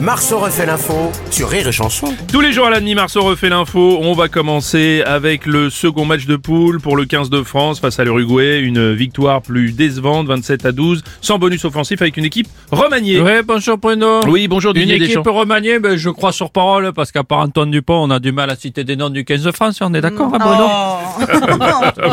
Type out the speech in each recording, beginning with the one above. Marceau refait l'info sur Rire et Chanson. Tous les jours à la demi-mars, on refait l'info. On va commencer avec le second match de poule pour le 15 de France face à l'Uruguay. Une victoire plus décevante, 27 à 12, sans bonus offensif avec une équipe remaniée. Oui, bonjour Bruno. Oui, bonjour Une Didier équipe Deschamps. remaniée, mais je crois sur parole, parce qu'à part Antoine Dupont, on a du mal à citer des noms du 15 de France, on est d'accord, hein, Bruno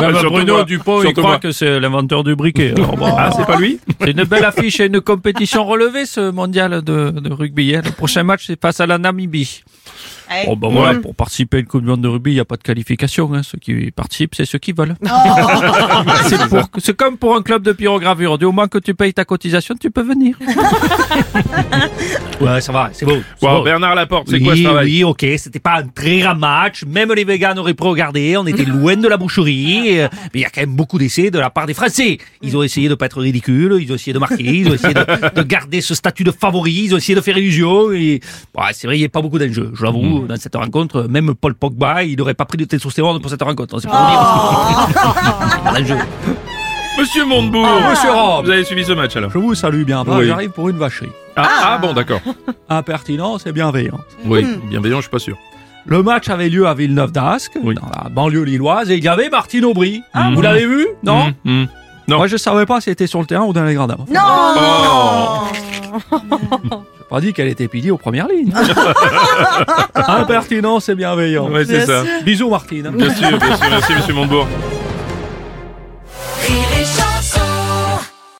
Même Surtout Bruno moi. Dupont, il Surtout croit moi. que c'est l'inventeur du briquet. Alors, bon, Ah, c'est pas lui c'est une belle affiche et une compétition relevée, ce mondial de, de rugby. hein. Le prochain match, c'est face à la Namibie. Allez. Bon, ben voilà, pour participer à une Coupe du Monde de rugby, il n'y a pas de qualification. hein. Ceux qui participent, c'est ceux qui veulent. c'est pour- c'est comme pour un club de pyrogravure. Du moment que tu payes ta cotisation, tu peux venir. Ouais, ça va, c'est beau. c'est Wow, beau. Bernard Laporte, c'est Oui, quoi ce travail oui, ok, c'était pas un très grand match, même les véganes auraient pu regarder, on était loin de la boucherie, euh, mais il y a quand même beaucoup d'essais de la part des Français. Ils ont essayé de pas être ridicules, ils ont essayé de marquer, ils ont essayé de, de garder ce statut de favori, ils ont essayé de faire illusion, et ouais, c'est vrai, il n'y a pas beaucoup d'enjeux, je l'avoue, Hmm. dans cette rencontre, même Paul Pogba, il n'aurait pas pris de testostérone pour cette rencontre, hein, c'est pas pour dire. Monsieur Montebourg monsieur Rome. Vous avez suivi ce match alors Je vous salue bien. Oui. J'arrive pour une vacherie. Ah, ah, bon, d'accord. Impertinence et bienveillance. Oui, bienveillant, je suis pas sûr. Le match avait lieu à Villeneuve d'Ascq, Oui. dans la banlieue lilloise, et il y avait Martine Aubry. Vous l'avez vu Non Mm, mm. Non. Moi, je savais pas si c'était sur le terrain ou dans les grandes amas. Non Oh. J'ai pas dit qu'elle était pilier aux premières lignes. Impertinence et bienveillance. Ouais, c'est ça. Bisous, Martine. Bien sûr, bien sûr. Merci, monsieur Montebourg.